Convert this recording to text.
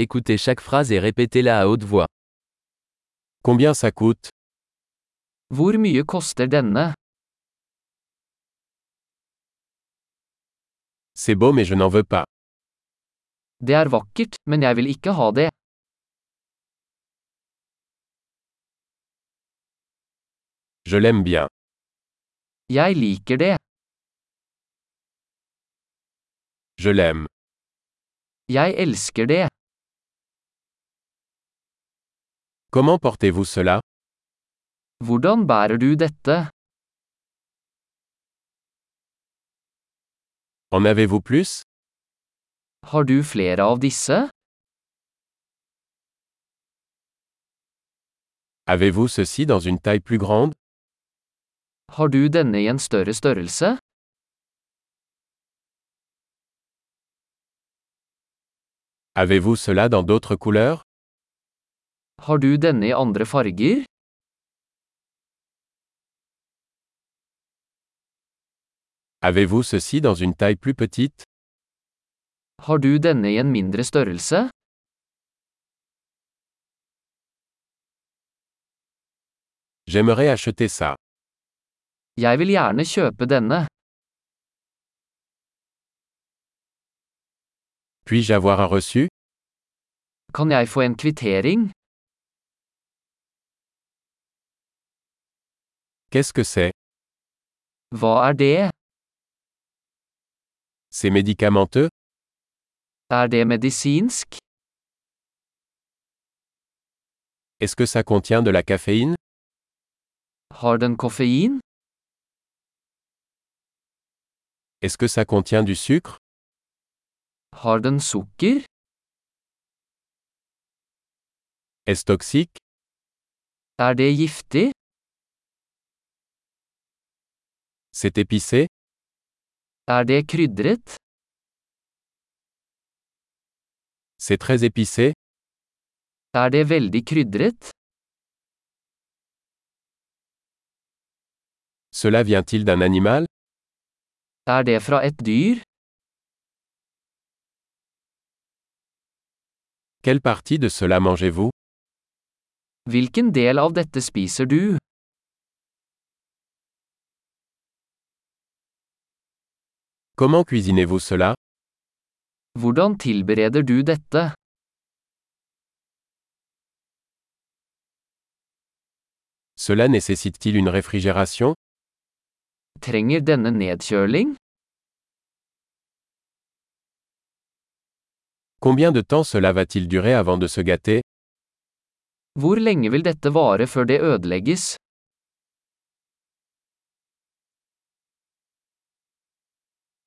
Écoutez chaque phrase et répétez-la à haute voix. Combien ça coûte Hvor mye koster denne? C'est beau mais je n'en veux pas. Det er vakkert, men jeg vil ikke ha det. Je l'aime bien. Jeg liker det. Je l'aime. Jeg elsker det. Comment portez-vous cela Hvordan bærer du dette? En avez-vous plus Har du flere av disse? Avez-vous ceci dans une taille plus grande Har du denne i en større størrelse? Avez-vous cela dans d'autres couleurs Har du denne i andre farger? Avez-vous ceci dans une taille plus petite Har du denne i en mindre størrelse? J'aimerais acheter ça. Jeg vil gjerne kjøpe denne. Puis-je avoir un reçu Kan jeg få en kvittering? Qu'est-ce que c'est Hva er det? C'est médicamenteux Er det medisinsk? Est-ce que ça contient de la caféine Har den koffein? Est-ce que ça contient du sucre Har den sukker? Est-ce toxique Er det giftig? C'est épicé Er det krydret? C'est très épicé Er det veldig krydret? Cela vient-il d'un animal Er det fra et dyr? Quelle partie de cela mangez-vous Hvilken del av dette spiser du? Comment cuisinez-vous cela Hvordan tilbereder du dette? Cela nécessite-t-il une réfrigération Trenger denne nedkjøling? Combien de temps cela va-t-il durer avant de se gâter Hvor lenge vil dette vare før det ødelegges?